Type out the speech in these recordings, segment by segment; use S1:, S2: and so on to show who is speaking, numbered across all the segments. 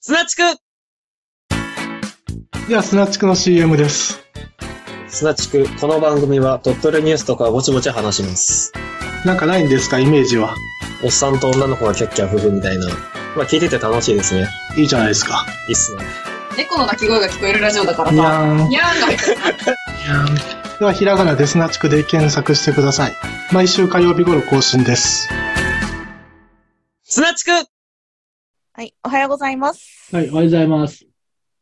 S1: 砂地区
S2: では、スナチクの CM です。
S1: 砂地区、この番組は鳥取ニュースとかぼちぼち話します。
S2: なんかないんですか、イメージは。
S1: おっさんと女の子がキャッキャ夫婦みたいな。まあ聞いてて楽しいですね。
S2: いいじゃないですか。
S1: いいっすね。
S3: 猫の鳴き声が聞こえるラジオだから
S2: に
S3: さ。
S2: ゃーん。
S3: にゃーんが入ってる
S2: では、ひらがなでスナチクで検索してください。毎週火曜日頃更新です。
S1: 砂地区
S4: はい、おはようございます。
S5: はい、おはようございます。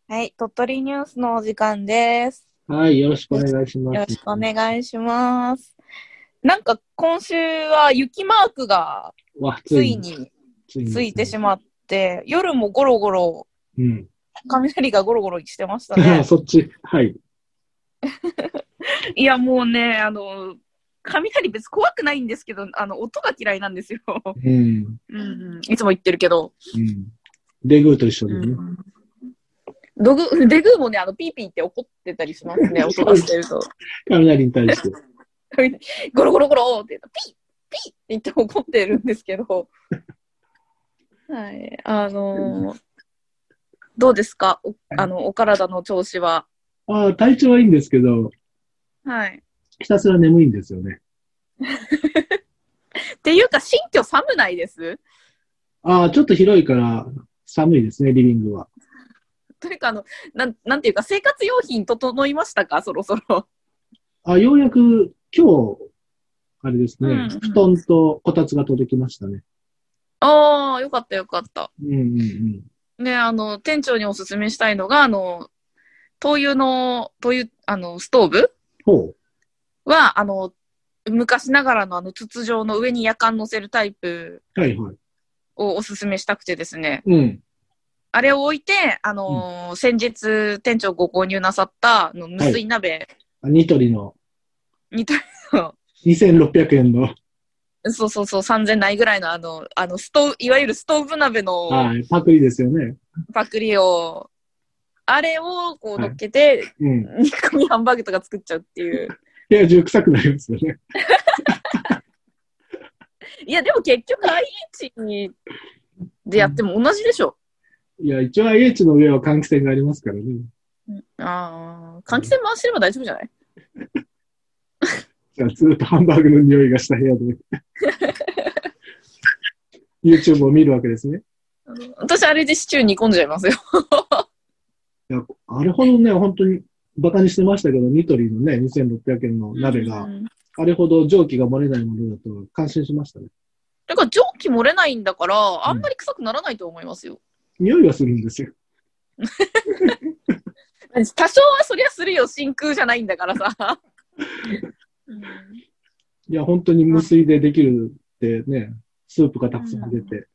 S4: はい、鳥取ニュースのお時間です。
S5: はい、よろしくお願いします。
S4: よろしくお願いします。なんか今週は雪マークが
S5: わ、つ
S4: つ
S5: い
S4: い
S5: に、
S4: に
S5: つい
S4: ついてし
S5: ま
S4: まって、夜もゴロゴロ、
S5: う。うん。。
S4: 雷がゴロゴロしてましたね
S5: そっち、はい。
S4: いや、もうね、あの、雷別に怖くないんですけど、あの、音が嫌いなんですよ。
S5: うん。
S4: うん、いつも言ってるけど。
S5: うん。デグーと一緒でね。
S4: ドグ、デグーもね、あの、ピーピーって怒ってたりします ね、音がしてると。
S5: 雷に対して。
S4: ゴロゴロゴロって言ったピッピッって言って怒ってるんですけ ど。はい。あのーどうですかおあの、お体の調子は。
S5: ああ、体調はいいんですけど、
S4: はい。
S5: ひたすら眠いんですよね。
S4: っていうか、新居寒ないです
S5: ああ、ちょっと広いから寒いですね、リビングは。
S4: というか、あの、なん、なんていうか、生活用品整いましたかそろそろ。
S5: あようやく今日、あれですね、
S4: うん
S5: 布団とこたつが届きましたね。
S4: ああ、よかったよかった。
S5: うんうんうん。
S4: ね、あの、店長におすすめしたいのが、あの、灯油の、灯油、あの、ストーブ
S5: ほう。
S4: は、あの、昔ながらのあの筒状の上に夜間乗せるタイプ
S5: はいはい。
S4: をおすすめしたくてですね、
S5: うん。
S4: あれを置いて、あのー先日店長ご購入なさったあの無水鍋
S5: あニトリの
S4: に、
S5: 2600円の、
S4: そうそうそう、3000ないぐらいのあの、あの、ストーいわゆるストーブ鍋の
S5: はい、パクリですよね。
S4: パクリを、あれをこう乗っけて、
S5: うん。
S4: 煮込みハンバーグとか作っちゃうって いう。
S5: 部屋中臭くなりますよね。
S4: いや、でも結局 IH でやっても同じでしょ。
S5: いや、一応 IH の上は換気扇がありますからね。
S4: ああ、換気扇回してれば大丈夫じゃない
S5: じゃあ、ずっとハンバーグの匂いがした部屋で。YouTube を見るわけですね。
S4: 私あれでシチュー煮込んじゃいますよ。
S5: いや、あれほどね、本当にバカにしてましたけど、ニトリのね、2600円の鍋
S4: う
S5: が、
S4: ん
S5: あれほど蒸気が漏れないものだと感心しましたね。
S4: だから蒸気漏れないんだから、あんまり臭くならないと思いますよ。
S5: 匂いはするんですよ。
S4: 多少はそりゃするよ、真空じゃないんだからさ。うん
S5: いや、本当に無水でできるってね、スープがたくさん出て。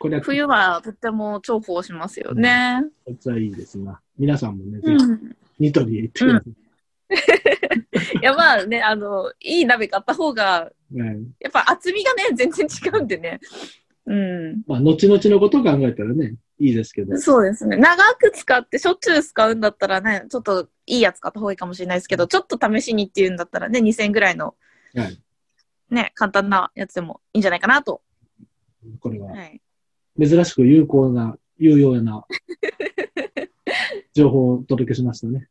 S5: これは、こ
S4: 冬はとっても重宝しますよね。
S5: いつはいいですが、皆さんもね、ぜひ、
S4: うん、
S5: ニトリへ行ってくださ
S4: いやまあね、あの、いい鍋買った方が、
S5: い。はい
S4: やっぱ厚みがね、全然違うんでね。うん。
S5: まあ、後々のことを考えたらね、いいですけど。
S4: そうですね。長く使って、しょっちゅう使うんだったらね、ちょっといいやつ買った方がいいかもしれないですけど、ちょっと試しにっていうんだったらね、2000ぐらいの、
S5: はい
S4: ね、簡単なやつでもいいんじゃないかなと。
S5: これは、
S4: はい。
S5: 珍しく有効な、有用な、情報をお届けしましたね。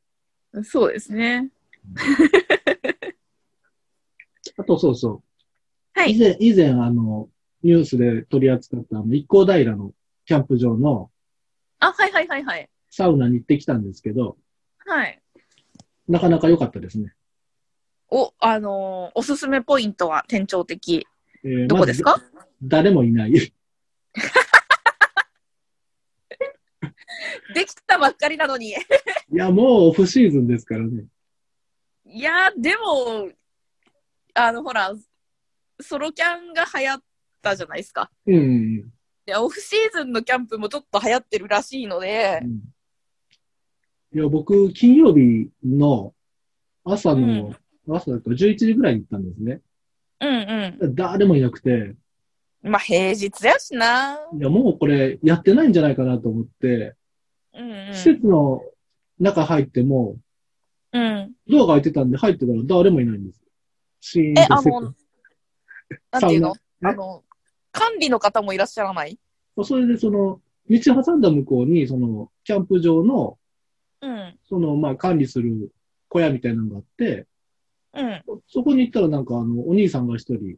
S4: そうですね。
S5: あと、そうそう。
S4: はい
S5: 以前、以前、あの、ニュースで取り扱った、あの、一光平のキャンプ場の
S4: あ、はいはいはいはい。
S5: サウナに行ってきたんですけど、
S4: はい。
S5: なかなか良かったですね。
S4: お、あのーおすすめポイントは店長的。
S5: えー
S4: どこですか、
S5: まず誰もいない。
S4: できたばっかりなのに。
S5: いや、もうオフシーズンですからね。
S4: いやー、でも、あの、ほら、ソロキャンが流行ったじゃないですか。
S5: うんうん
S4: で、オフシーズンのキャンプもちょっと流行ってるらしいので
S5: う、ん。いや、僕、金曜日の朝の、朝だったら11時ぐらいに行ったんですね。
S4: うんう
S5: 誰もいなくて、
S4: ん。まあ、平日やしな。
S5: いや、もうこれやってないんじゃないかなと思って、
S4: うんうん。
S5: 施設の中入っても、
S4: うん。
S5: ドアが開いてたんで入ってたら誰もいないんです。シーン
S4: え、
S5: と
S4: あ
S5: して
S4: の、なんていうの
S5: サウナ
S4: あの、管理の方もいらっしゃらない
S5: それでその、道挟んだ向こうに、その、キャンプ場の、
S4: うん。
S5: その、まあ、管理する小屋みたいなのがあって、
S4: うん。
S5: そこに行ったらなんか、あの、お兄さんが一人、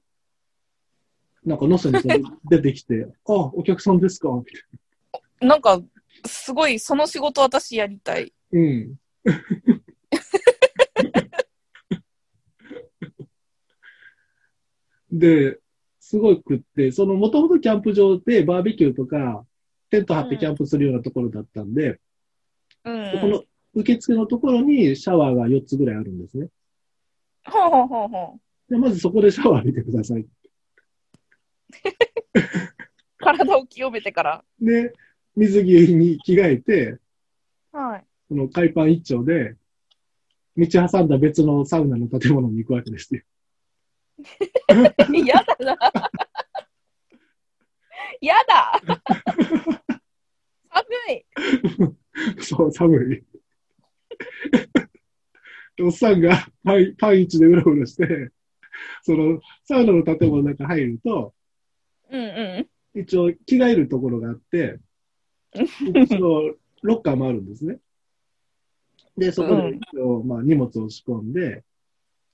S5: なんか、のせの せ出てきて、あ、お客さんですかみたい
S4: なんか、すごい、その仕事私やりたい。
S5: な。うん。 で、すごくって、その、もともとキャンプ場でバーベキューとか、テント張ってキャンプするようなところだったんで、
S4: うん
S5: でこの受付のところにシャワーが4つぐらいあるんですね。
S4: ほうほうほうほう。
S5: でまずそこでシャワー浴びてください。
S4: 体を清めてから。
S5: で、水着に着替えて、
S4: はい。
S5: その海パン一丁で、道挟んだ別のサウナの建物に行くわけですよ。
S4: や だな。や だ寒い。
S5: そう、寒い。でおっさんがパンパン一でうろうろして、そのサウナの建物の中入ると、
S4: うんう
S5: 一応着替えるところがあって、一応ロッカーもあるんですね。で、そこで一応、まあ、荷物を仕込んで、
S4: ん。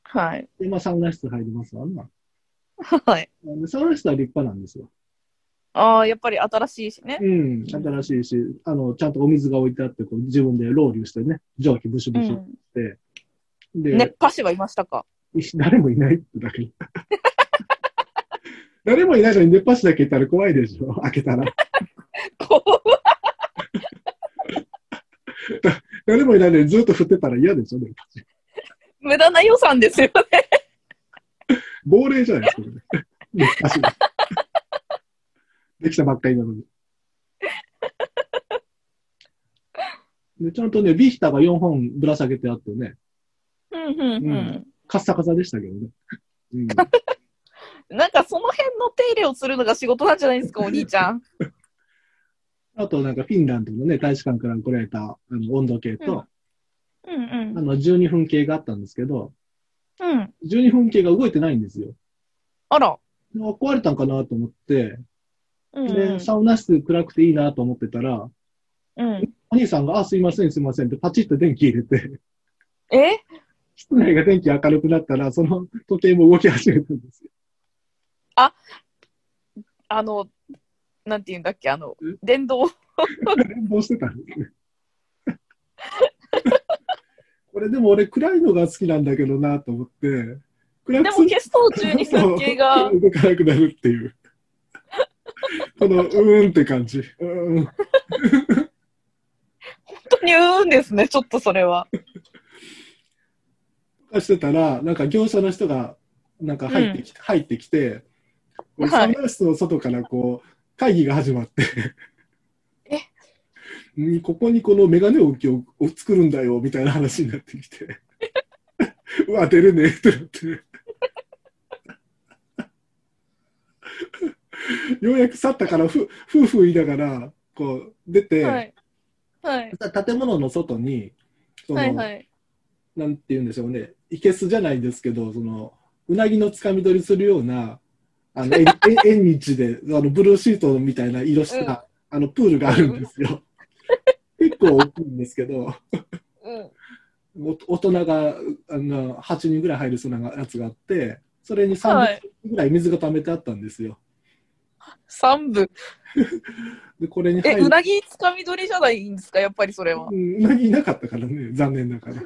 S4: はい。
S5: で、まあ、サウナ室入りますわな。
S4: はい。
S5: でサウナ室は立派なんですよ。
S4: ああ、やっぱり新しいしね。
S5: うん、新しいし、あの、ちゃんとお水が置いてあって、こう、自分でロウリュしてね、蒸気ブシ
S4: う
S5: ブシ。
S4: ん。
S5: で、
S4: 熱波師はいました か
S5: 誰もいないってだけ。 誰もいないのに熱波師だけいたら怖いでしょ、開けたら。
S4: 怖
S5: 誰もいないのにずっと振ってたら嫌でしょ、熱波師。
S4: 無駄な予算ですよね。
S5: 亡霊じゃないですか、これ熱波師が。できたばっかりなのに。で、ちゃんとね、ビヒタが4本ぶら下げてあってね、
S4: うんうんうん。
S5: カッサカサでしたけどね。うん、
S4: なんかその辺の手入れをするのが仕事なんじゃないですか、お兄ちゃん。
S5: あと、なんかフィンランドのね、大使館から送られたあの温度計と、
S4: うん
S5: あの12分計があったんですけど、
S4: うん。うん。
S5: 12分計が動いてないんですよ。
S4: あら。
S5: あ壊れたんかなと思って、
S4: うんうん
S5: で、サウナ室暗くていいなと思ってたら、
S4: うん。
S5: お兄さんが、あ、すいません、すいませんってパチッと電気入れて、
S4: え
S5: 室内が電気明るくなったら、その時計も動き始めたんですよ。
S4: あの、なんていうんだっけ、あの
S5: ん、
S4: 電動。
S5: 連動してたん ですね。これでも俺暗いのが好きなんだけどなと思って、暗
S4: で
S5: く
S4: も
S5: する
S4: 消しそう中に設計が。
S5: 動かなくなるっていう。この、うーんって感じ。うーん。
S4: 本当にうーんですね、ちょっとそれは。
S5: してたら、なんか業者の人が、なんか入ってきて、入ってきて、こう
S4: は
S5: サ
S4: い
S5: ウナ室の外からこう、会議が始まって、
S4: え
S5: うんここにこのメガネ置きをを作るんだよ、みたいな話になって きて、うわ、出るね、ってなって。ようやく去ったから、ふ、夫婦言いながら、こう、出て、
S4: はい。はい。
S5: 建物の外に、その、
S4: はいはい。
S5: なんて言うんでしょうね、いけすじゃないですけど、そのうなぎのつかみ取りするような、あのえ え縁日であのブルーシートみたいな色した、あのプールがあるんですよ。結構大きいんですけど、
S4: うん。
S5: お大人があの8人ぐらい入るそんなやつがあって、それに
S4: は
S5: 3
S4: い。
S5: 人ぐらい水が溜めてあったんですよ。
S4: 三部。
S5: で、これに
S4: え、
S5: 入る
S4: うなぎつかみ取りじゃないんですか、やっぱりそれは
S5: う。んうなぎいなかったからね、残念ながら。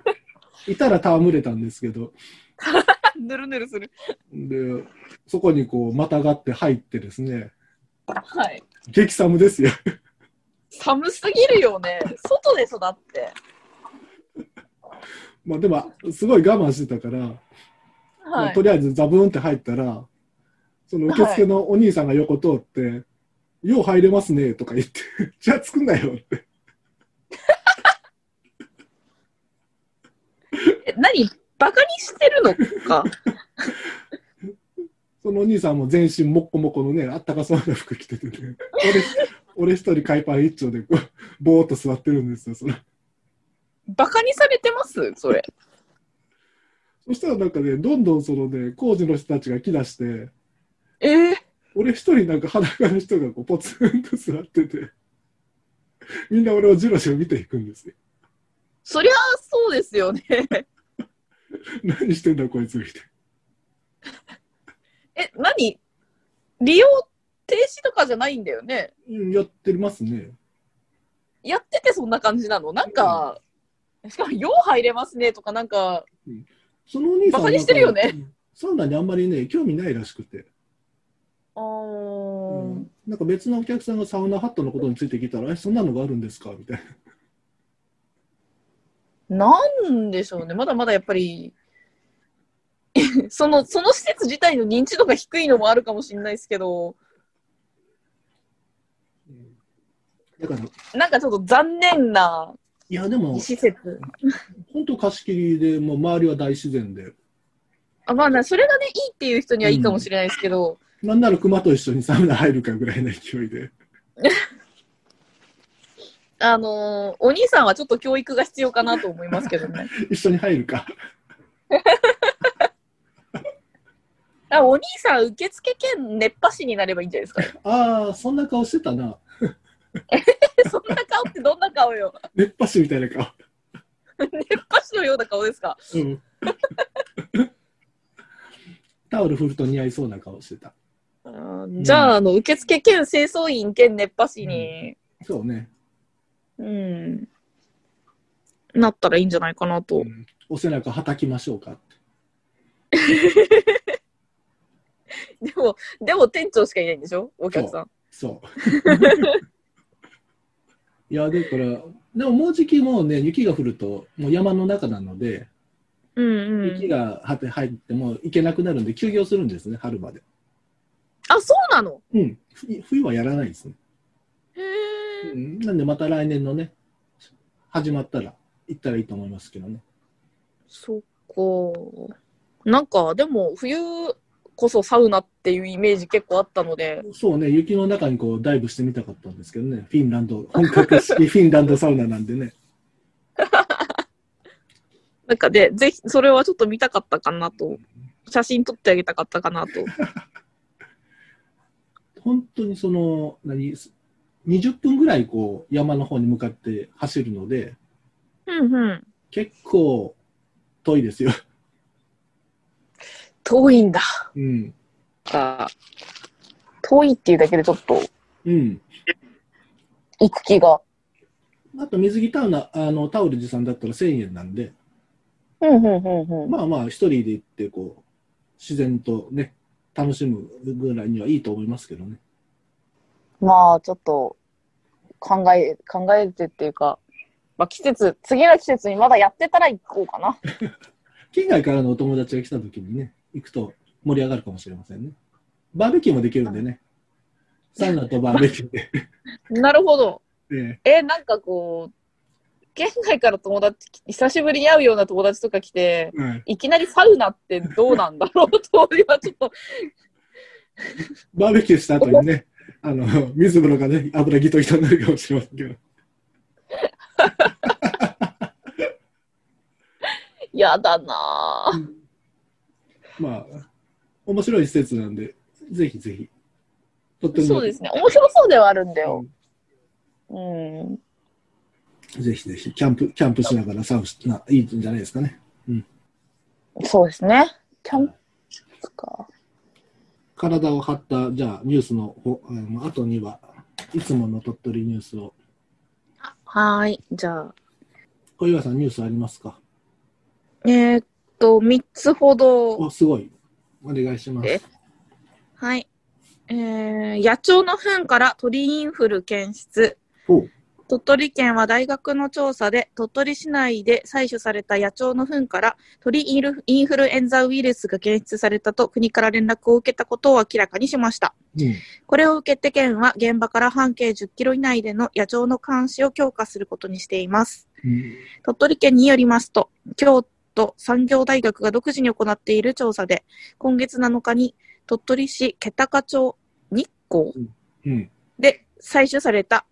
S5: いたら戯れたんですけど、
S4: ぬるぬるする。
S5: で、そこにこう、またがって入ってですね、
S4: はい。
S5: 激寒ですよ。
S4: 寒すぎるよね。外で育って。
S5: まあでも、すごい我慢してたから、ま
S4: は
S5: あ
S4: い
S5: と。りあえずザブーンって入ったら、その受付のお兄さんが横通って、よう入れますねとか言って、 じゃあ作んなよって。
S4: え、何バカにしてるの か。
S5: そのお兄さんも全身もっこもこのね、あったかそうな服着ててね、俺、俺一人海パン一丁でこう、ぼーっと座ってるんですよ、それ。
S4: バカにされてますそれ。
S5: そしたらなんかね、どんどんそのね、工事の人たちが来だして、
S4: えー、
S5: 俺一人なんか裸の人がこうポツンと座ってて、みんな俺をジロジロ見ていくんですよ。
S4: そりゃそうですよね。
S5: 何してんだこいつみたい
S4: え、何利用停止とかじゃないんだよね。
S5: なうん。やってますね。
S4: やっててそんな感じなのなんか、しかも、よう入れますねとか、なんか、
S5: そのお兄さんは
S4: バカにしてるよね。
S5: うんサウナにあんまりね、興味ないらしくて。
S4: あー
S5: なんか別のお客さんがサウナハットのことについて聞いたら、え、そんなのがあるんですかみたいな。
S4: なんでしょうね。まだまだやっぱり、 その、その施設自体の認知度が低いのもあるかもしれないですけど、
S5: だから、い
S4: なんかちょっと残念な
S5: や、でも、
S4: 施設。
S5: 本当貸し切りで、もう周りは大自然で、
S4: あまあな、それがね、いいっていう人にはいいかもしれないですけど、
S5: なんなら熊と一緒にサウナ入るかぐらいの勢いで。
S4: あのーお兄さんはちょっと教育が必要かなと思いますけどね。
S5: 一緒に入るか。
S4: あお兄さん、受付兼熱波師になればいいんじゃないですか。
S5: ああ、そんな顔してたな。
S4: そんな顔ってどんな顔よ。
S5: 熱波師みたいな顔。
S4: 熱波師のような顔ですか。
S5: うん。タオル振ると似合いそうな顔してた。
S4: じゃあ、あの、受付兼清掃員兼熱波師に、
S5: そうね。
S4: うん、なったらいいんじゃないかなと。
S5: うんお背中はたきましょうかって。
S4: でも、でも店長しかいないんでしょお客さん。
S5: そう。いや、だから、でももうじきもうね、雪が降ると、もう山の中なので、
S4: うんう
S5: 雪
S4: ん。
S5: がはて入っても行けなくなるんで、休業するんですね、春まで。
S4: あ、そうなの
S5: うん。ふ冬はやらないですね。
S4: へ
S5: う
S4: え。
S5: んなんでまた来年のね、始まったら行ったらいいと思いますけどね。
S4: そっか。なんか、でも、冬こそサウナっていうイメージ結構あったので、
S5: そうね、雪の中にこうダイブしてみたかったんですけどね、フィンランド、本格式フィンランドサウナなんでね。
S4: なんかで、ぜひ、それはちょっと見たかったかなと。写真撮ってあげたかったかなと。
S5: 本当にその、何、20分ぐらいこう山の方に向かって走るので、
S4: うんうん。
S5: 結構遠いですよ。
S4: 遠いんだ。
S5: うん。
S4: か、遠いっていうだけでちょっと
S5: うん。
S4: 行く気が。
S5: あと水着タオル、あのタオル持参だったら1000円なんで、
S4: うんうんうんうん。
S5: まあまあ一人で行ってこう、自然とね、楽しむぐらいにはいいと思いますけどね。
S4: まあちょっと考え、考えてっていうか、まあ季節、次の季節にまだやってたら行こうかな。
S5: 県外からのお友達が来た時にね、行くと盛り上がるかもしれませんね。バーベキューもできるんでね。サウナとバーベキュー で。
S4: なるほど。
S5: え
S4: え、なんかこう、県外から友達、久しぶりに会うような友達とか来て、
S5: えはい
S4: いきなりサウナってどうなんだろうと、今ちょっと、
S5: バーベキューした後にね、あの、水風呂がね、油ギトギトになるかもしれませんけど。
S4: やだなぁ。
S5: まあ、面白い施設なんで、ぜひぜひ。とっても、
S4: そうですね。面白そうではあるんだよ
S5: う。
S4: うん。
S5: ぜひぜひ、キャンプ、キャンプしながらサウナ、いいんじゃないですかね。
S4: そうですね。キャンプか。
S5: 体を張った、じゃあ、ニュースのほ、あの後には、いつもの鳥取ニュースを。
S4: はーい。じゃあ、
S5: 小岩さん、ニュースありますか
S4: えーっと、3つほど。
S5: お、すごい。お願いします
S4: え。はい。えー野鳥の糞から鳥インフル検出。
S5: おう
S4: 鳥取県は大学の調査で、鳥取市内で採取された野鳥の糞から鳥インフルインフルエンザウイルスが検出されたと国から連絡を受けたことを明らかにしました。
S5: うん。
S4: これを受けて県は現場から半径10キロ以内での野鳥の監視を強化することにしています。
S5: うん
S4: 鳥取県によりますと、京都産業大学が独自に行っている調査で、今月7日に鳥取市気高町日光
S5: うん。
S4: で採取された、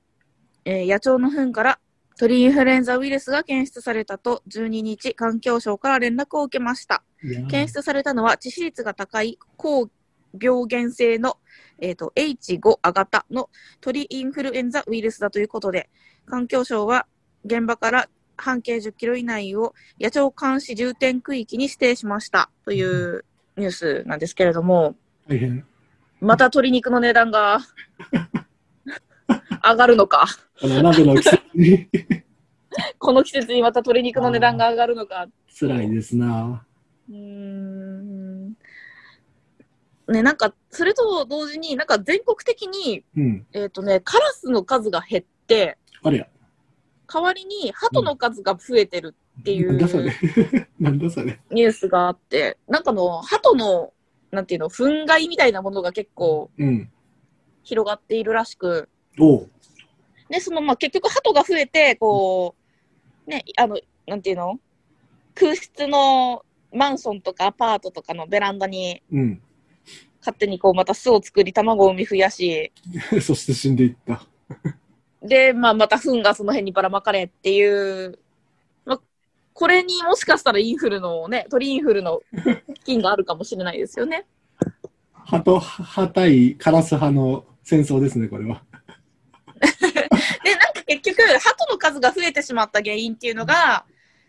S4: えー野鳥の糞から鳥インフルエンザウイルスが検出されたと12日、環境省から連絡を受けました。
S5: いやー
S4: 検出されたのは致死率が高い高病原性の、えっ、と、H5 亜型の鳥インフルエンザウイルスだということで、環境省は現場から半径10キロ以内を野鳥監視重点区域に指定しましたというニュースなんですけれども、
S5: 大変。
S4: また鶏肉の値段が上がるのか、
S5: あの、鍋の季節に
S4: この季節にまた鶏肉の値段が上がるのか
S5: 辛いですな。
S4: うーんね、なんか、それと同時に、なんか全国的に、
S5: うん。
S4: えっ、とね、カラスの数が減って、
S5: あれや。
S4: 代わりに鳩の数が増えてるってい
S5: なんだそうれ。 なんだそれ。
S4: ニュースがあって、なんかの、鳩の、なんていうの、憤慨みたいなものが結構
S5: うん。
S4: 広がっているらしく、
S5: おう。
S4: ね、その、まあ、結局鳩が増えて、こう、ね、あの、なんていうの空室のマンションとかアパートとかのベランダに
S5: うん。
S4: 勝手にこうまた巣を作り卵を産み増やし
S5: そして死んでいった。
S4: で、まあ、また糞がその辺にばらまかれっていう、まあ、これにもしかしたらインフルのね鳥インフルの菌があるかもしれないですよね。
S5: 歯と歯対カラス派の戦争ですね、これは。
S4: でなんか結局鳩の数が増えてしまった原因っていうのが、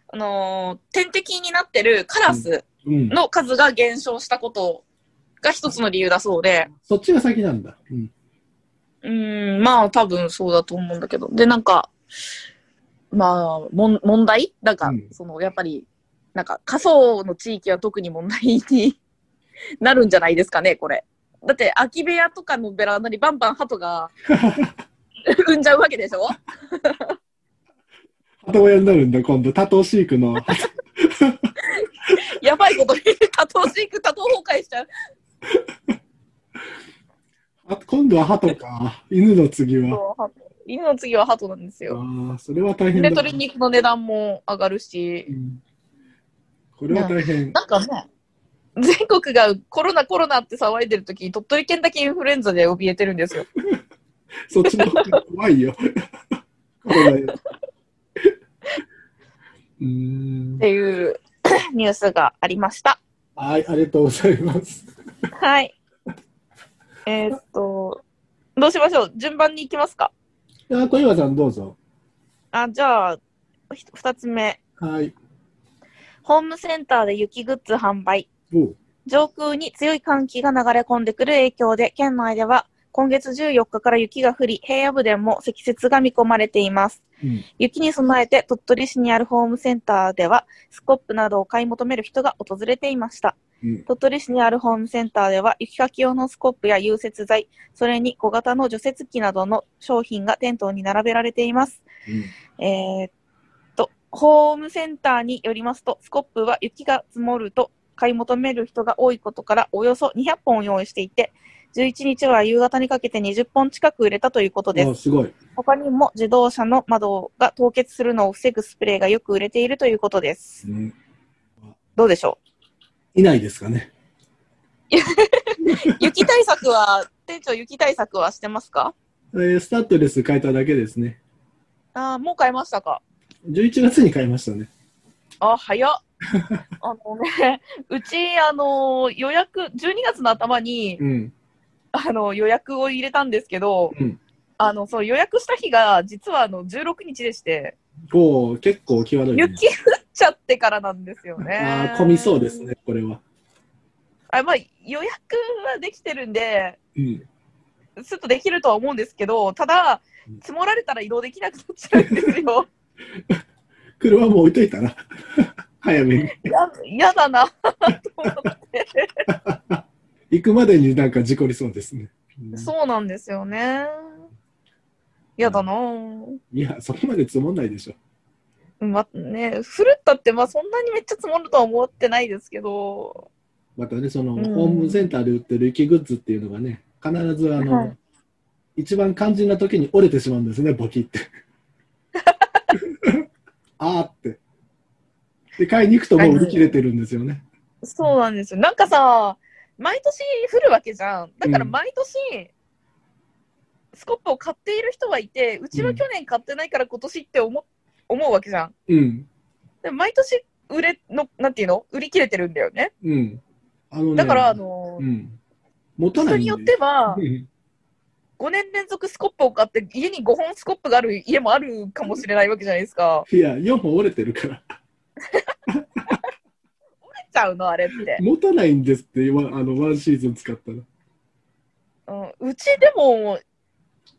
S4: あのー天敵になってるカラス
S5: うん。
S4: の数が減少したことが一つの理由だそうで。
S5: そっちが先なんだ。うん。
S4: うーん、まあ多分そうだと思うんだけど。で、なんか、まあ、もん問題なんか、
S5: うん
S4: その、やっぱり、なんか、過疎の地域は特に問題に なるんじゃないですかね、これ。だって、空き部屋とかのベランダにバンバン鳩が 産んじゃうわけでしょ
S5: 鳩親になるんだ、今度。多頭飼育の。
S4: やばいことに、多頭飼育、多頭崩壊しちゃう。
S5: あ今度は鳩か。犬の次は。
S4: そう鳩犬の次は鳩なんですよ。
S5: ああ、それは大
S4: で、
S5: 変だ。
S4: 鶏肉の値段も上がるし
S5: う。んこれは大変。
S4: なんかね、全国がコロナコロナって騒いでる時に鳥取県だけインフルエンザで怯えてるんですよ。
S5: そっちの方が怖いよ。これはうーん
S4: っ。ていう ニュースがありました。
S5: はい、ありがとうございます。
S4: はい。えーっと、どうしましょう順番に行きますか
S5: あ、小岩さんどうぞ。
S4: あ、じゃあ、ひ二つ目。
S5: はい。
S4: ホームセンターで雪グッズ販売。
S5: おう
S4: 上空に強い寒気が流れ込んでくる影響で、県内では今月14日から雪が降り、平野部でも積雪が見込まれています。
S5: うん。
S4: 雪に備えて鳥取市にあるホームセンターではスコップなどを買い求める人が訪れていました
S5: うん
S4: 鳥取市にあるホームセンターでは雪かき用のスコップや融雪剤それに小型の除雪機などの商品が店頭に並べられています
S5: うん
S4: えーっとホームセンターによりますとスコップは雪が積もると買い求める人が多いことからおよそ200本用意していて11日は夕方にかけて20本近く売れたということです
S5: あ、すごい。
S4: 他にも自動車の窓が凍結するのを防ぐスプレーがよく売れているということです。
S5: うん
S4: どうでしょ
S5: いないですかね。
S4: う 雪対策は、店長雪対策はしてますか
S5: えースタッドレス変えただけですね。
S4: ああ、もう買いましたか
S5: 11月に変えましたね。
S4: あ、早っ。あのね、 うち、あの、予約、12月の頭に、
S5: うん。
S4: あの、予約を入れたんですけど、
S5: うん
S4: あの、そう、予約した日が、実は、あの、16日でして、
S5: おお、結構際どい、ね。
S4: 雪降っちゃってからなんですよね。
S5: ああ、混みそうですね、これは。
S4: あ、まあ、予約はできてるんで、
S5: うん。
S4: スッとできるとは思うんですけど、ただ
S5: うん、
S4: 積もられたら移動できなくなっちゃうんです よ。
S5: 車も置いといたら。 早めに。
S4: ややだなと思って。
S5: 行くまでになんか事故りそうですね。うん
S4: そうなんですよね。やだな、
S5: いや、そこまで積もんないでしょ。
S4: まね、降るったって、まあ、そんなにめっちゃ積もるとは思ってないですけど、
S5: またね、その、
S4: うん
S5: ホームセンターで売ってる雪グッズっていうのがね、必ずあの、
S4: はい
S5: 一番肝心な時に折れてしまうんですね、ボ キって。あーって。で、買いに行くともう売り切れてるんですよね。
S4: そうなんですよ。なんかさ、毎年降るわけじゃん。だから
S5: うん
S4: 毎年、スコップを買っている人はいて、うちは去年買ってないから今年って思,、思うわけじゃん。
S5: うん。
S4: で毎年売れの、なんていうの売り切れてるんだよね。
S5: うん。あのね
S4: だから、あのー
S5: うん。持たな
S4: 人
S5: いん
S4: に
S5: で
S4: よっては、
S5: うん
S4: 5年連続スコップを買って、家に5本スコップがある家もあるかもしれないわけじゃないですか。
S5: いや、4本折れてるから。
S4: 折れちゃうの、あれって。
S5: 持たないんですって、ワンあのワンシーズン使ったら。
S4: うん、うちでも、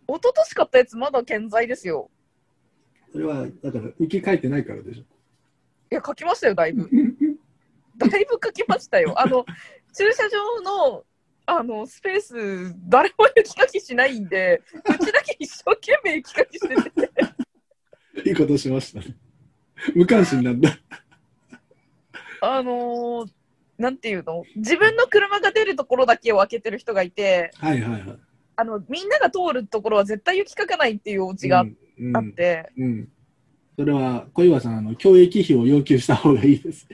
S4: 一昨年買ったやつまだ健在ですよ。
S5: それは、だから、生き返ってないからでしょ。
S4: いや、書きましたよ、だいぶ。だいぶ書きました よ。あの、駐車場の、あの、スペース、誰も雪かきしないんで、うちだけ一生懸命雪かきして て、
S5: いいことしましたね。無関心なんだ。
S4: あのーなんていうの自分の車が出るところだけを開けてる人がいて、
S5: はいはいはい。
S4: あの、みんなが通るところは絶対雪かかないっていうお家があ
S5: うんうん
S4: あって、
S5: うん。それは、小岩さん、あの、教育費を要求した方がいいです。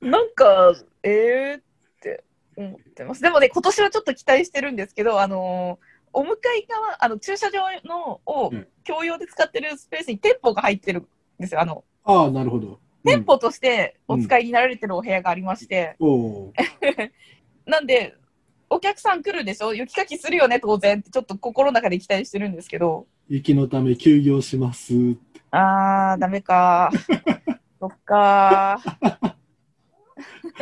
S4: なんか、えーって思ってます。でもね、今年はちょっと期待してるんですけど、あのーお向かい側、あの、駐車場のを
S5: うん
S4: 共用で使ってるスペースに店舗が入ってるんですよ。あの、
S5: ああ、なるほど。
S4: 店舗として
S5: う
S4: お
S5: ん
S4: 使いになられてるお部屋がありまして、
S5: うん、おー
S4: なんで、お客さん来るでしょ雪かきするよね、当然って、ちょっと心の中で期待してるんですけど、
S5: 雪のため休業します。
S4: あー、ダメ か。そっか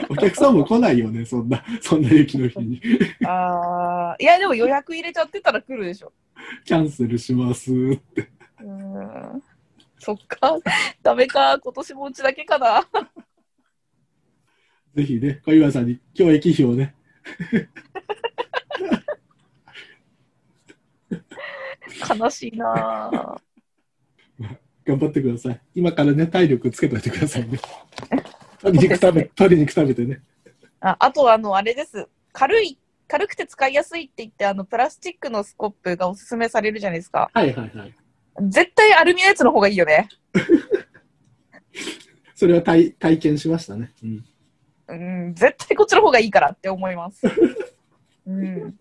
S5: お客さんも来ないよね、そんな、そんな雪の日に。
S4: ー。あー。いや、でも予約入れちゃってたら来るでしょ。
S5: キャンセルします。
S4: うーんそっか、ダメか、今年もうちだけかな。
S5: ぜひね、小岩さんに教育費をね、
S4: 悲しいな。
S5: 頑張ってください。今からね、体力つけといてください ね。鶏肉食べ、鶏肉食べてね。
S4: ああと、あの、あれです。軽い、軽くて使いやすいって言って、あの、プラスチックのスコップがおすすめされるじゃないですか。
S5: はいはいはい。
S4: 絶対アルミのやつの方がいいよね。
S5: それは体体験しましたね。うん。
S4: うん、絶対こっちの方がいいからって思います。うん、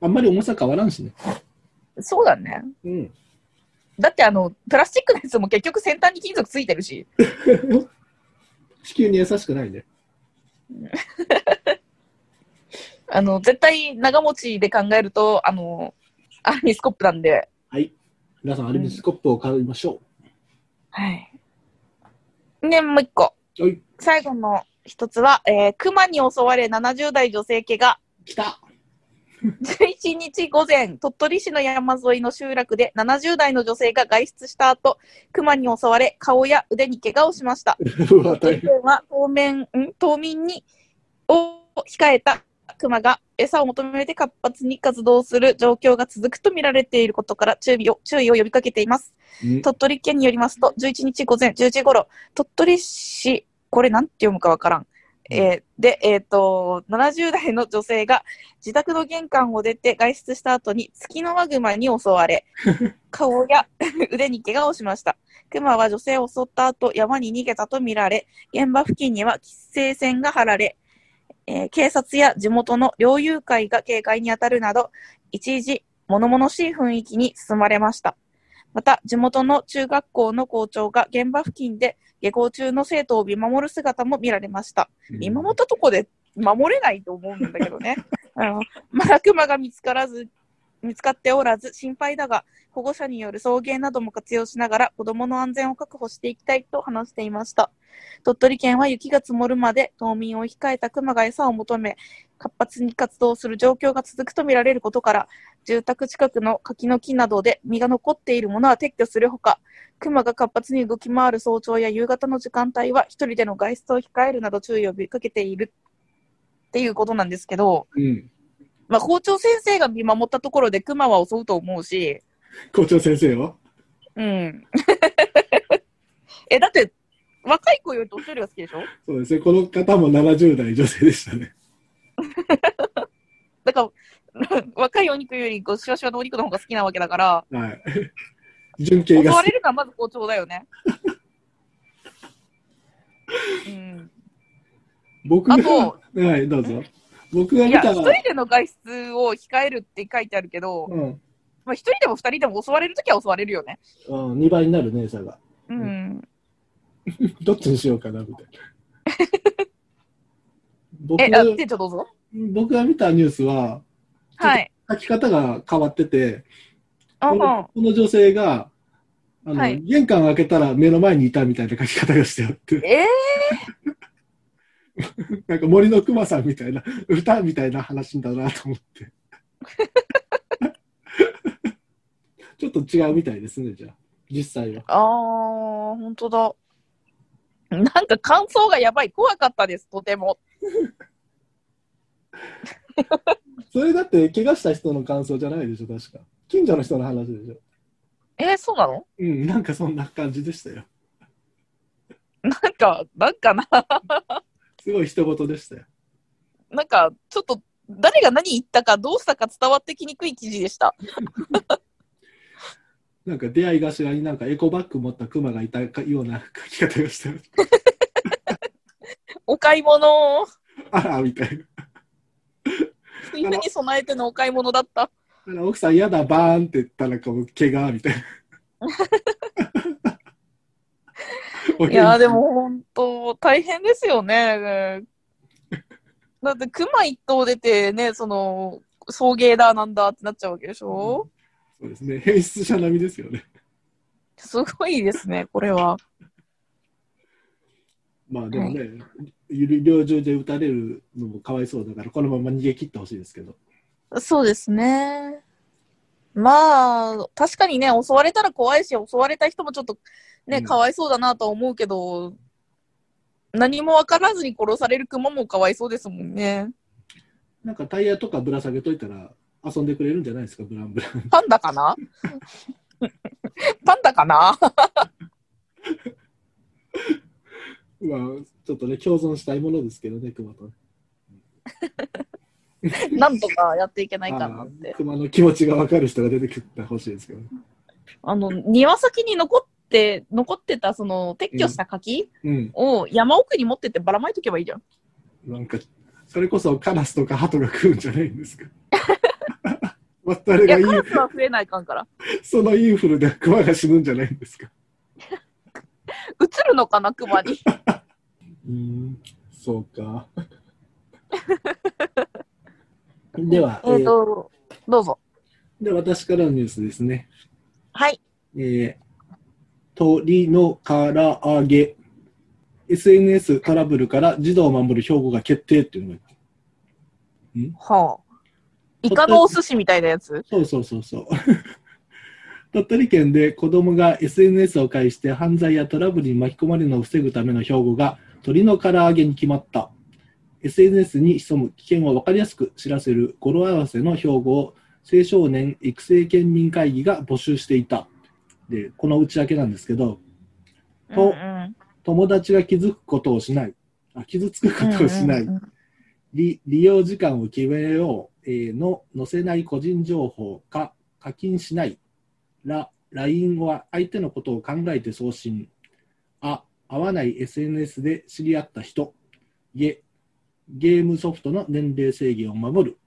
S5: あんまり重さ変わらんしね。
S4: そうだね。
S5: うん。
S4: だって、あの、プラスチックのやつも結局先端に金属ついてるし。
S5: 地球に優しくないね。
S4: あの、絶対長持ちで考えると、あの、アルミスコップなんで。
S5: はい。皆さん、アルミスコップを買いましょ
S4: はい。ね、もう一個。
S5: う。はい。
S4: 最後の一つは、えー、熊に襲われ70代女性怪我。
S5: 来た
S4: 11日午前、鳥取市の山沿いの集落で70代の女性が外出した後、熊に襲われ、顔や腕に怪我をしました。
S5: うわ、大
S4: 県
S5: 変。
S4: は当面、ん冬眠に、を控えた熊が餌を求めて活発に活動する状況が続くと見られていることから注意を、注意を呼びかけています。
S5: うん
S4: 鳥取県によりますと、11日午前10時頃、鳥取市、これなんて読むかわからん。えーで、えっ、と、70代の女性が自宅の玄関を出て外出した後に、ツキノワグマに襲われ、顔や腕に怪我をしました。クマは女性を襲った後、山に逃げたとみられ、現場付近には規制線が張られ、えー警察や地元の猟友会が警戒に当たるなど、一時物々しい雰囲気に包まれました。また、地元の中学校の校長が現場付近で下校中の生徒を見守る姿も見られました。見守ったとこで守れないと思うんだけどね。あのまだ熊が見つからず、見つかっておらず心配だが、保護者による送迎なども活用しながら子供の安全を確保していきたいと話していました。鳥取県は雪が積もるまで冬眠を控えた熊が餌を求め、活発に活動する状況が続くとみられることから、住宅近くの柿の木などで実が残っているものは撤去するほか、熊が活発に動き回る早朝や夕方の時間帯は一人での外出を控えるなど注意を呼びかけているっていうことなんですけど、
S5: うん。
S4: まあ、校長先生が見守ったところで熊は襲うと思うし、
S5: 校長先生は
S4: うん。 え、だって、若い子より年寄りが好きでしょ
S5: そうですね。この方も70代女性でしたね。
S4: だから、 若いお肉よりこうシワシワのお肉の方が好きなわけだから、
S5: はい。 純
S4: 襲
S5: 系が
S4: わ
S5: 好
S4: れ
S5: き。
S4: るのはまず校長だよね。うん、
S5: 僕が、
S4: あと
S5: はい、どうぞ。僕が
S4: い
S5: 見
S4: や、
S5: た
S4: 一
S5: ら、
S4: 人での外出を控えるって書いてあるけど、
S5: うん、
S4: まあ、一人でも二人でも襲われるときは襲われるよね。
S5: うん、2倍になるね、差が。
S4: うん。
S5: どっちにしようかな、みたいな。僕
S4: え、あ店長どうぞ。
S5: 僕が見たニュースは、
S4: はい。
S5: 書き方が変わってて、
S4: あ
S5: このこの女性が、あの、
S4: はい
S5: 玄関を開けたら目の前にいたみたいな書き方がしてあって、
S4: え
S5: なんか森の熊さんみたいな、 歌みたいな話だなと 思って。ちょっと違うみたいですね、じゃあ、実際は。
S4: ー、あー、本当だ。なんか感想がやばい。怖かったです、とても。
S5: それだって、怪我した人の感想じゃないでしょ、確か。近所の人の話でしょ。
S4: えー、そうなの
S5: うん、なんかそんな感じでしたよ。
S4: なんか、なんかな、
S5: すごい一言でしたよ。
S4: なんか、ちょっと、誰が何言ったか、どうしたか伝わってきにくい記事でした。
S5: なんか出会い頭になんかエコバッグ持ったクマがいたかような書き方がしてる。
S4: お買い物、
S5: あら、みたいな。
S4: 冬に備えてのお買い物だった。
S5: あら奥さん、やだ、バーンって言ったら、こう、怪我みたいな。 お元気
S4: いやー、でも。本当、大変ですよね。だって、熊一頭出てね、その、送迎だ、なんだってなっちゃうわけでしょ、
S5: そうですね。変質者並みですよね。
S4: すごいですね、これは。
S5: まあ、でもね、ゆる猟銃で撃たれるのもかわいそうだから、このまま逃げ切ってほしいですけど。
S4: そうですね。まあ、確かにね、襲われたら怖いし、襲われた人もちょっとね、
S5: うん
S4: かわいそうだなとは思うけど、何も分からずに殺される熊もかわいそうですもん ね。
S5: なんかタイヤとかぶら下げといたら、遊んでくれるんじゃないですか、ブランブラン。
S4: パンダかな パンダかな
S5: まあ、ちょっとね、共存したいものですけどね、クマとね。
S4: なんとかやっていけないかなっ
S5: あ
S4: て
S5: ー。熊の気持ちが分かる人が出てきてほしいですけど、ね、
S4: あの、庭先に残って、残ってた、その、撤去した柿
S5: うん
S4: を山奥に持ってってばらまいとけばいいじゃん。
S5: なんかそれこそカラスとかハトが来るんじゃないんですか まあ誰
S4: い
S5: が
S4: や、
S5: イ
S4: カラ
S5: ン
S4: スは増えないかんから。
S5: そのインフルでクマが死ぬんじゃないんですか
S4: 映るのかな、熊 に。
S5: うんそう かでは、え
S4: えっ
S5: ー
S4: と、どうぞ。
S5: で私からのニュースですね、
S4: はい。
S5: えー、鳥の唐揚げ SNS トラブルから児童を守る標語が決定っていうのが
S4: はあ。イカのお寿司みたいなやつ
S5: そうそうそうそう。 鳥取県で子供が SNS を介して犯罪やトラブルに巻き込まれるのを防ぐための標語が鳥の唐揚げに決まった。SNS に潜む危険を分かりやすく知らせる語呂合わせの標語を青少年育成県民会議が募集していた。で、この内訳なんですけど、
S4: うん
S5: と
S4: うん
S5: 友達が傷つくことをしない。あ傷つくことをしない。
S4: うんうん
S5: 利利用時間を決めよう、えーの載せない個人情報か課金しないら LINE は相手のことを考えて送信あ合わない SNS で知り合った人げゲームソフトの年齢制限を守る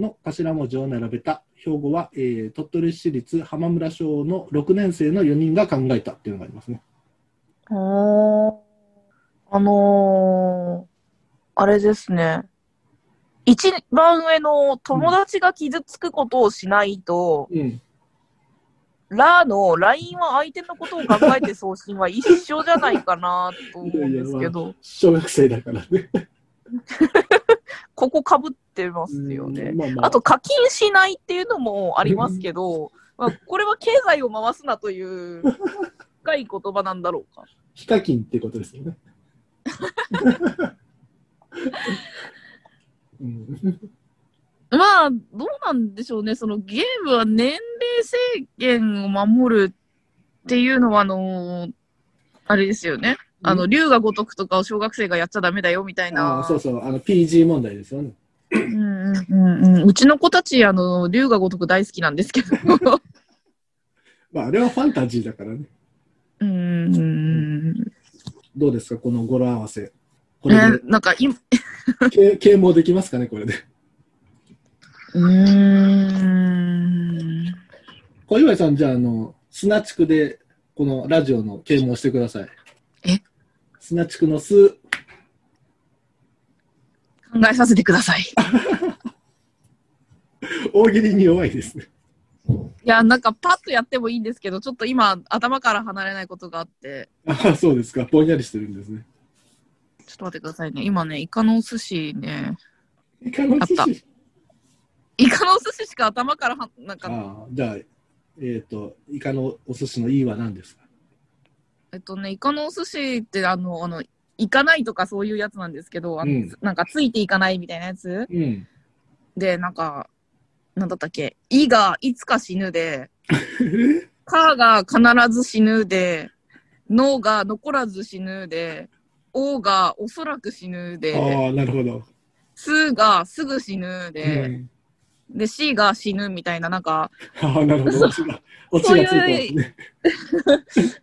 S5: の頭文字を並べた標語は、えー鳥取市立浜村小の6年生の4人が考えたっていうのがありますね。
S4: うんほーあのー、あれですね。一番上の友達が傷つくことをしないと、
S5: うん、
S4: ラーの LINE は相手のことを考えて送信は一緒じゃないかなと思うんですけど、
S5: 小学生だからね。
S4: ここかぶってますよね。
S5: まあまあ
S4: あと課金しないっていうのもありますけど、まあ、これは経済を回すなという深い言葉なんだろうか。
S5: 非課金ってことですよ ね。うん
S4: まあ、どうなんでしょうね。そのゲームは年齢制限を守るっていうのは、あのあれですよね。あの、竜が如くとかを小学生がやっちゃダメだよみたい
S5: あ
S4: な
S5: ー。そうそう、あの PG 問題ですよね。
S4: うんうんうんうんうちの子たち、あの、龍が如く大好きなんですけど。
S5: まあ、あれはファンタジーだからね。
S4: うんうんうん
S5: どうですか、この語呂合わせ。こ
S4: うん。ね
S5: れ
S4: なんか、い、う
S5: でけ啓蒙できますかね、これで。
S4: ーん。
S5: 小祝さん、じゃあ、あの、砂地区で、このラジオの啓蒙してください。
S4: え
S5: 砂地区の巣、
S4: 考えさせてください。い
S5: 大喜利に弱いですね。
S4: や、なんかパッとやってもいいんですけど、ちょっと今、頭から離れないことがあって、
S5: ああ、そうですか。ぼんやりしてるんですね。
S4: ちょっと待ってくださいね。今ね、イカのお寿司ね、
S5: イカの寿
S4: あっ
S5: 司。
S4: イカのお寿司しか頭からは、なんか、
S5: ああ、じゃあ、えっ、と、イカのお寿司のいいは何ですか
S4: えっとね、イカのお寿司って、あの、あの、行かないとかそういうやつなんですけど、あの
S5: うん
S4: なんかついていかないみたいなやつ
S5: うん。
S4: で、なんか、なんだったっけ、イがいつか死ぬ で、カーが必ず死ぬで、ノーが残らず死ぬで、オーがおそらく死ぬで、
S5: ああ、なるほど。
S4: スーがすぐ死ぬ
S5: う
S4: で、
S5: ん
S4: で、シーが死ぬみたいな、なんか、
S5: ああ、なるほど。オチが、オチがついてますね。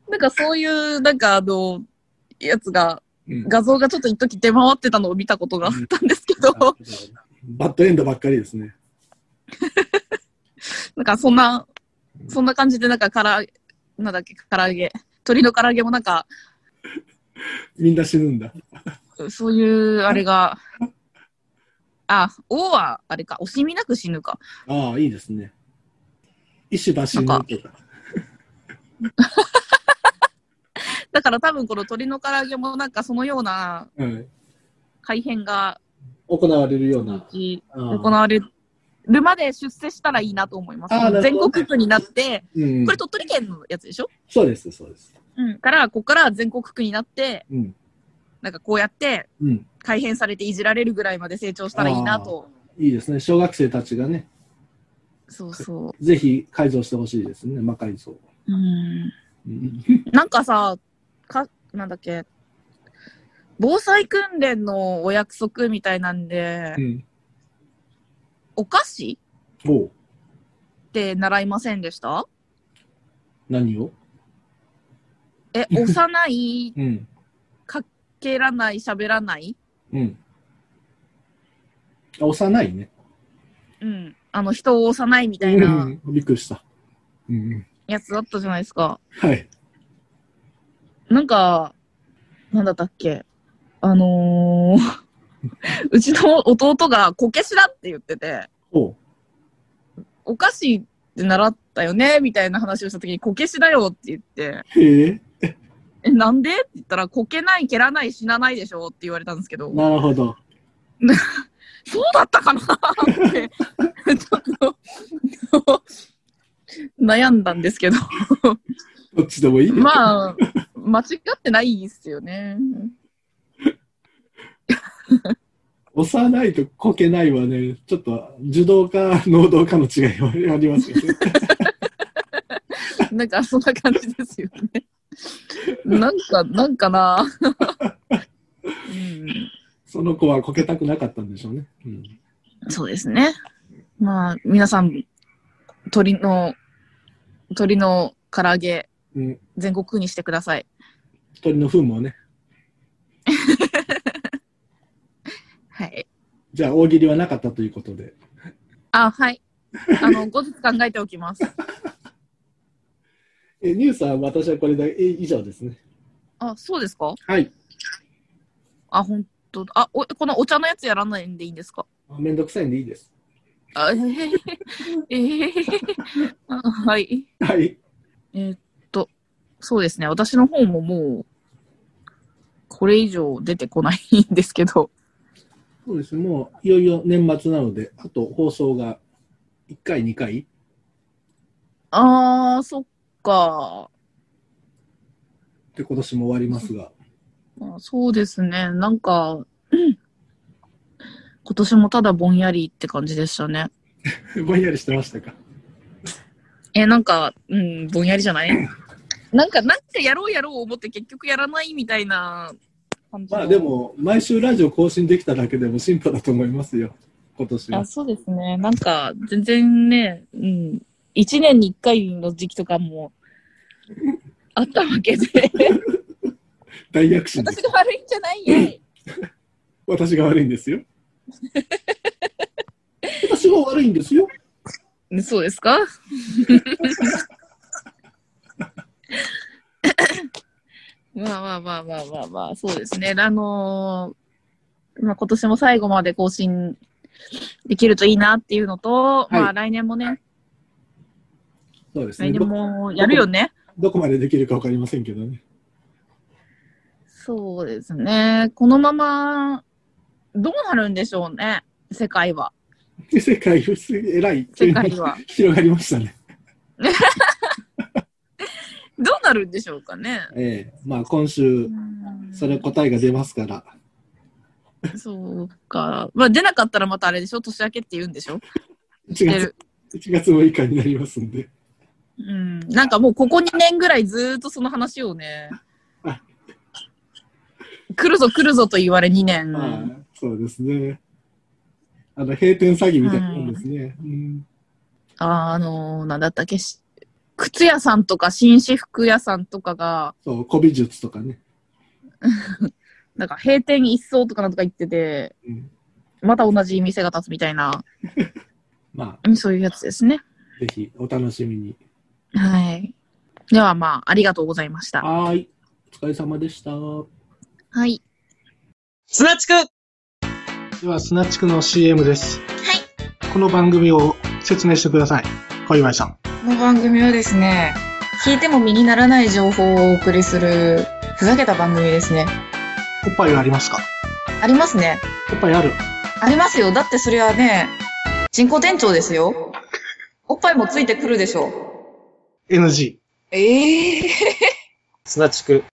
S4: なんかそういう、なんかあの、やつが、
S5: うん
S4: 画像がちょっと一時出回ってたのを見たことがあったんですけど、
S5: バッドエンドばっかりですね。
S4: なんかそんな、そんな感じで、なんかから、なんだっけ、唐揚げ。鶏の唐揚げもなんか、
S5: みんな死ぬんだ。
S4: そういう、あれが、あ、王は、あれか、惜しみなく死ぬか。
S5: ああ、いいですね。石橋のとか。
S4: だから多分この鶏の唐揚げもなんかそのような
S5: はい。
S4: 改変が
S5: 行われるよう
S4: の
S5: な
S4: う。ち
S5: ああ
S4: 行われるまで出世したらいいなと思います。
S5: あーなるほど
S4: 全国区になって、
S5: うん
S4: これ鳥取県のやつでしょ
S5: そうです、そうです。
S4: うん。から、ここから全国区になって、
S5: うん。
S4: なんかこうやって
S5: うん。
S4: 改変されていじられるぐらいまで成長したらいいなと。
S5: いいですね。小学生たちがね、
S4: そうそ
S5: ぜひ改造してほしいですね。魔改造。
S4: う。うん。
S5: うん
S4: なんかさ、か、なんだっけ、防災訓練のお約束みたいなんで
S5: う、ん。
S4: お菓子
S5: おう
S4: って習いませんでした
S5: 何を
S4: え、幼い、
S5: うん。
S4: 蹴らない、喋らない
S5: うん。あ、幼いね。
S4: うん。あの、人を幼いみたいな
S5: うんびっくりした。うん。
S4: やつだったじゃないですか。
S5: はい。
S4: なんか、なんだったっけあのー、 うちの弟がこけしだって言ってて、
S5: おう
S4: お菓子って習ったよねみたいな話をした時にこけしだよって言って、
S5: へえ。
S4: え、なんでって言ったら、こけない、蹴らない、死なないでしょって言われたんですけど、
S5: なるほど。
S4: そうだったかなって、ちょっと、悩んだんですけど、
S5: どっちでもいいよ。
S4: まあ、間違ってないですよね。
S5: 幼いとこけないはね、ちょっと受動か能動かの違いはありますよ ね。
S4: なんか、そんな感じですよね。なんか、なんかな、うん。
S5: その子はこけたくなかったんでしょうね。うん、
S4: そうですね。まあ、皆さん、鳥の、鳥の唐揚げ、
S5: うん、
S4: 全国区にしてください。
S5: 鳥の糞もね。
S4: はい。
S5: じゃあ大喜利はなかったということで。
S4: あ、はい。あの、後日考えておきます。
S5: えニュースは私はこれだけえ以上ですね。
S4: あ、そうですか
S5: はい。
S4: あ、ほんとだ。あ、お、このお茶のやつやらないんでいいんですか
S5: めんどくさいんでいいです。
S4: あ、えへへえへへあはい。
S5: はい。
S4: えーっと、そうですね。私の方ももう、これ以上出てこないんですけど。
S5: そうですね。もういよいよ年末なので、あと放送が1回、2回。
S4: あー、そっか。
S5: で、今年も終わりますが。
S4: まあ、そうですね。なんか、うん今年もただぼんやりって感じでしたね。
S5: ぼんやりしてましたか。
S4: え、なんか、うん、ぼんやりじゃない なんか、なんかやろうやろう思って結局やらないみたいな感じの
S5: まあで。も、毎週ラジオ更新できただけでも進歩だと思いますよ。今年は
S4: あ。そうですね。なんか、全然ね、うん、一年に一回の時期とかも、あったわけで、
S5: 大躍進です
S4: 私。が悪いんじゃないやい。
S5: 私が悪いんですよ。 私が悪いんですよ。
S4: ねそうですかまあまあまあまあまあまあ、そうですね。あのーまあ、今年も最後まで更新できるといいなっていうのと、
S5: はい
S4: まあ来年もね、
S5: そうです
S4: 来年
S5: ね。ど
S4: もやるよね。
S5: どこまでできるかわかりませんけどね。
S4: そうですね。このまま、どうなるんでしょうね、世界は。
S5: で世界、すえらい、
S4: 世界は。
S5: 広がりましたね。
S4: どうなるんでしょうかね。
S5: ええまあ今週、それ答えが出ますから。
S4: そうか。まあ出なかったらまたあれでしょ年明けって言うんでしょ
S5: 1
S4: 出
S5: 月
S4: る。
S5: 1月6日になりますんで。
S4: うん。なんかもうここ2年ぐらいずーっとその話をね
S5: あ。
S4: 来るぞ来るぞと言われ2年。
S5: ああそうですね。あの、閉店詐欺みたいなもんですね。うん
S4: ああのー、なんだったっけし靴屋さんとか紳士服屋さんとかが、
S5: そう、古美術とかね。
S4: なんか閉店一掃とかなんとか言ってて、
S5: うん
S4: また同じ店が立つみたいな、
S5: ま
S4: うんそういうやつですね。
S5: あ、ぜひお楽しみに。
S4: はい。ではまあ、ありがとうございました。
S5: はーい。お疲れ様でした。
S4: はい。
S1: すなちく
S2: では、スナチクの CM です。この番組を説明してください。小祝さん。
S3: この番組はですね、聞いても身にならない情報をお送りする、ふざけた番組ですね。
S2: おっぱいはありますか
S3: ありますね。
S2: おっぱいある。
S3: ありますよ。だってそれはね、人工店長ですよ。おっぱいもついてくるでしょう。
S2: NG。
S3: ええ
S1: すなちく